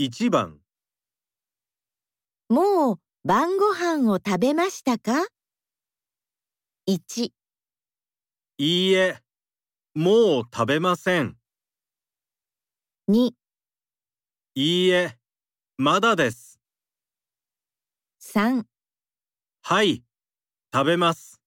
1番もう晩ご飯を食べましたか ?1、いいえもう食べません2、いいえまだです3はい食べます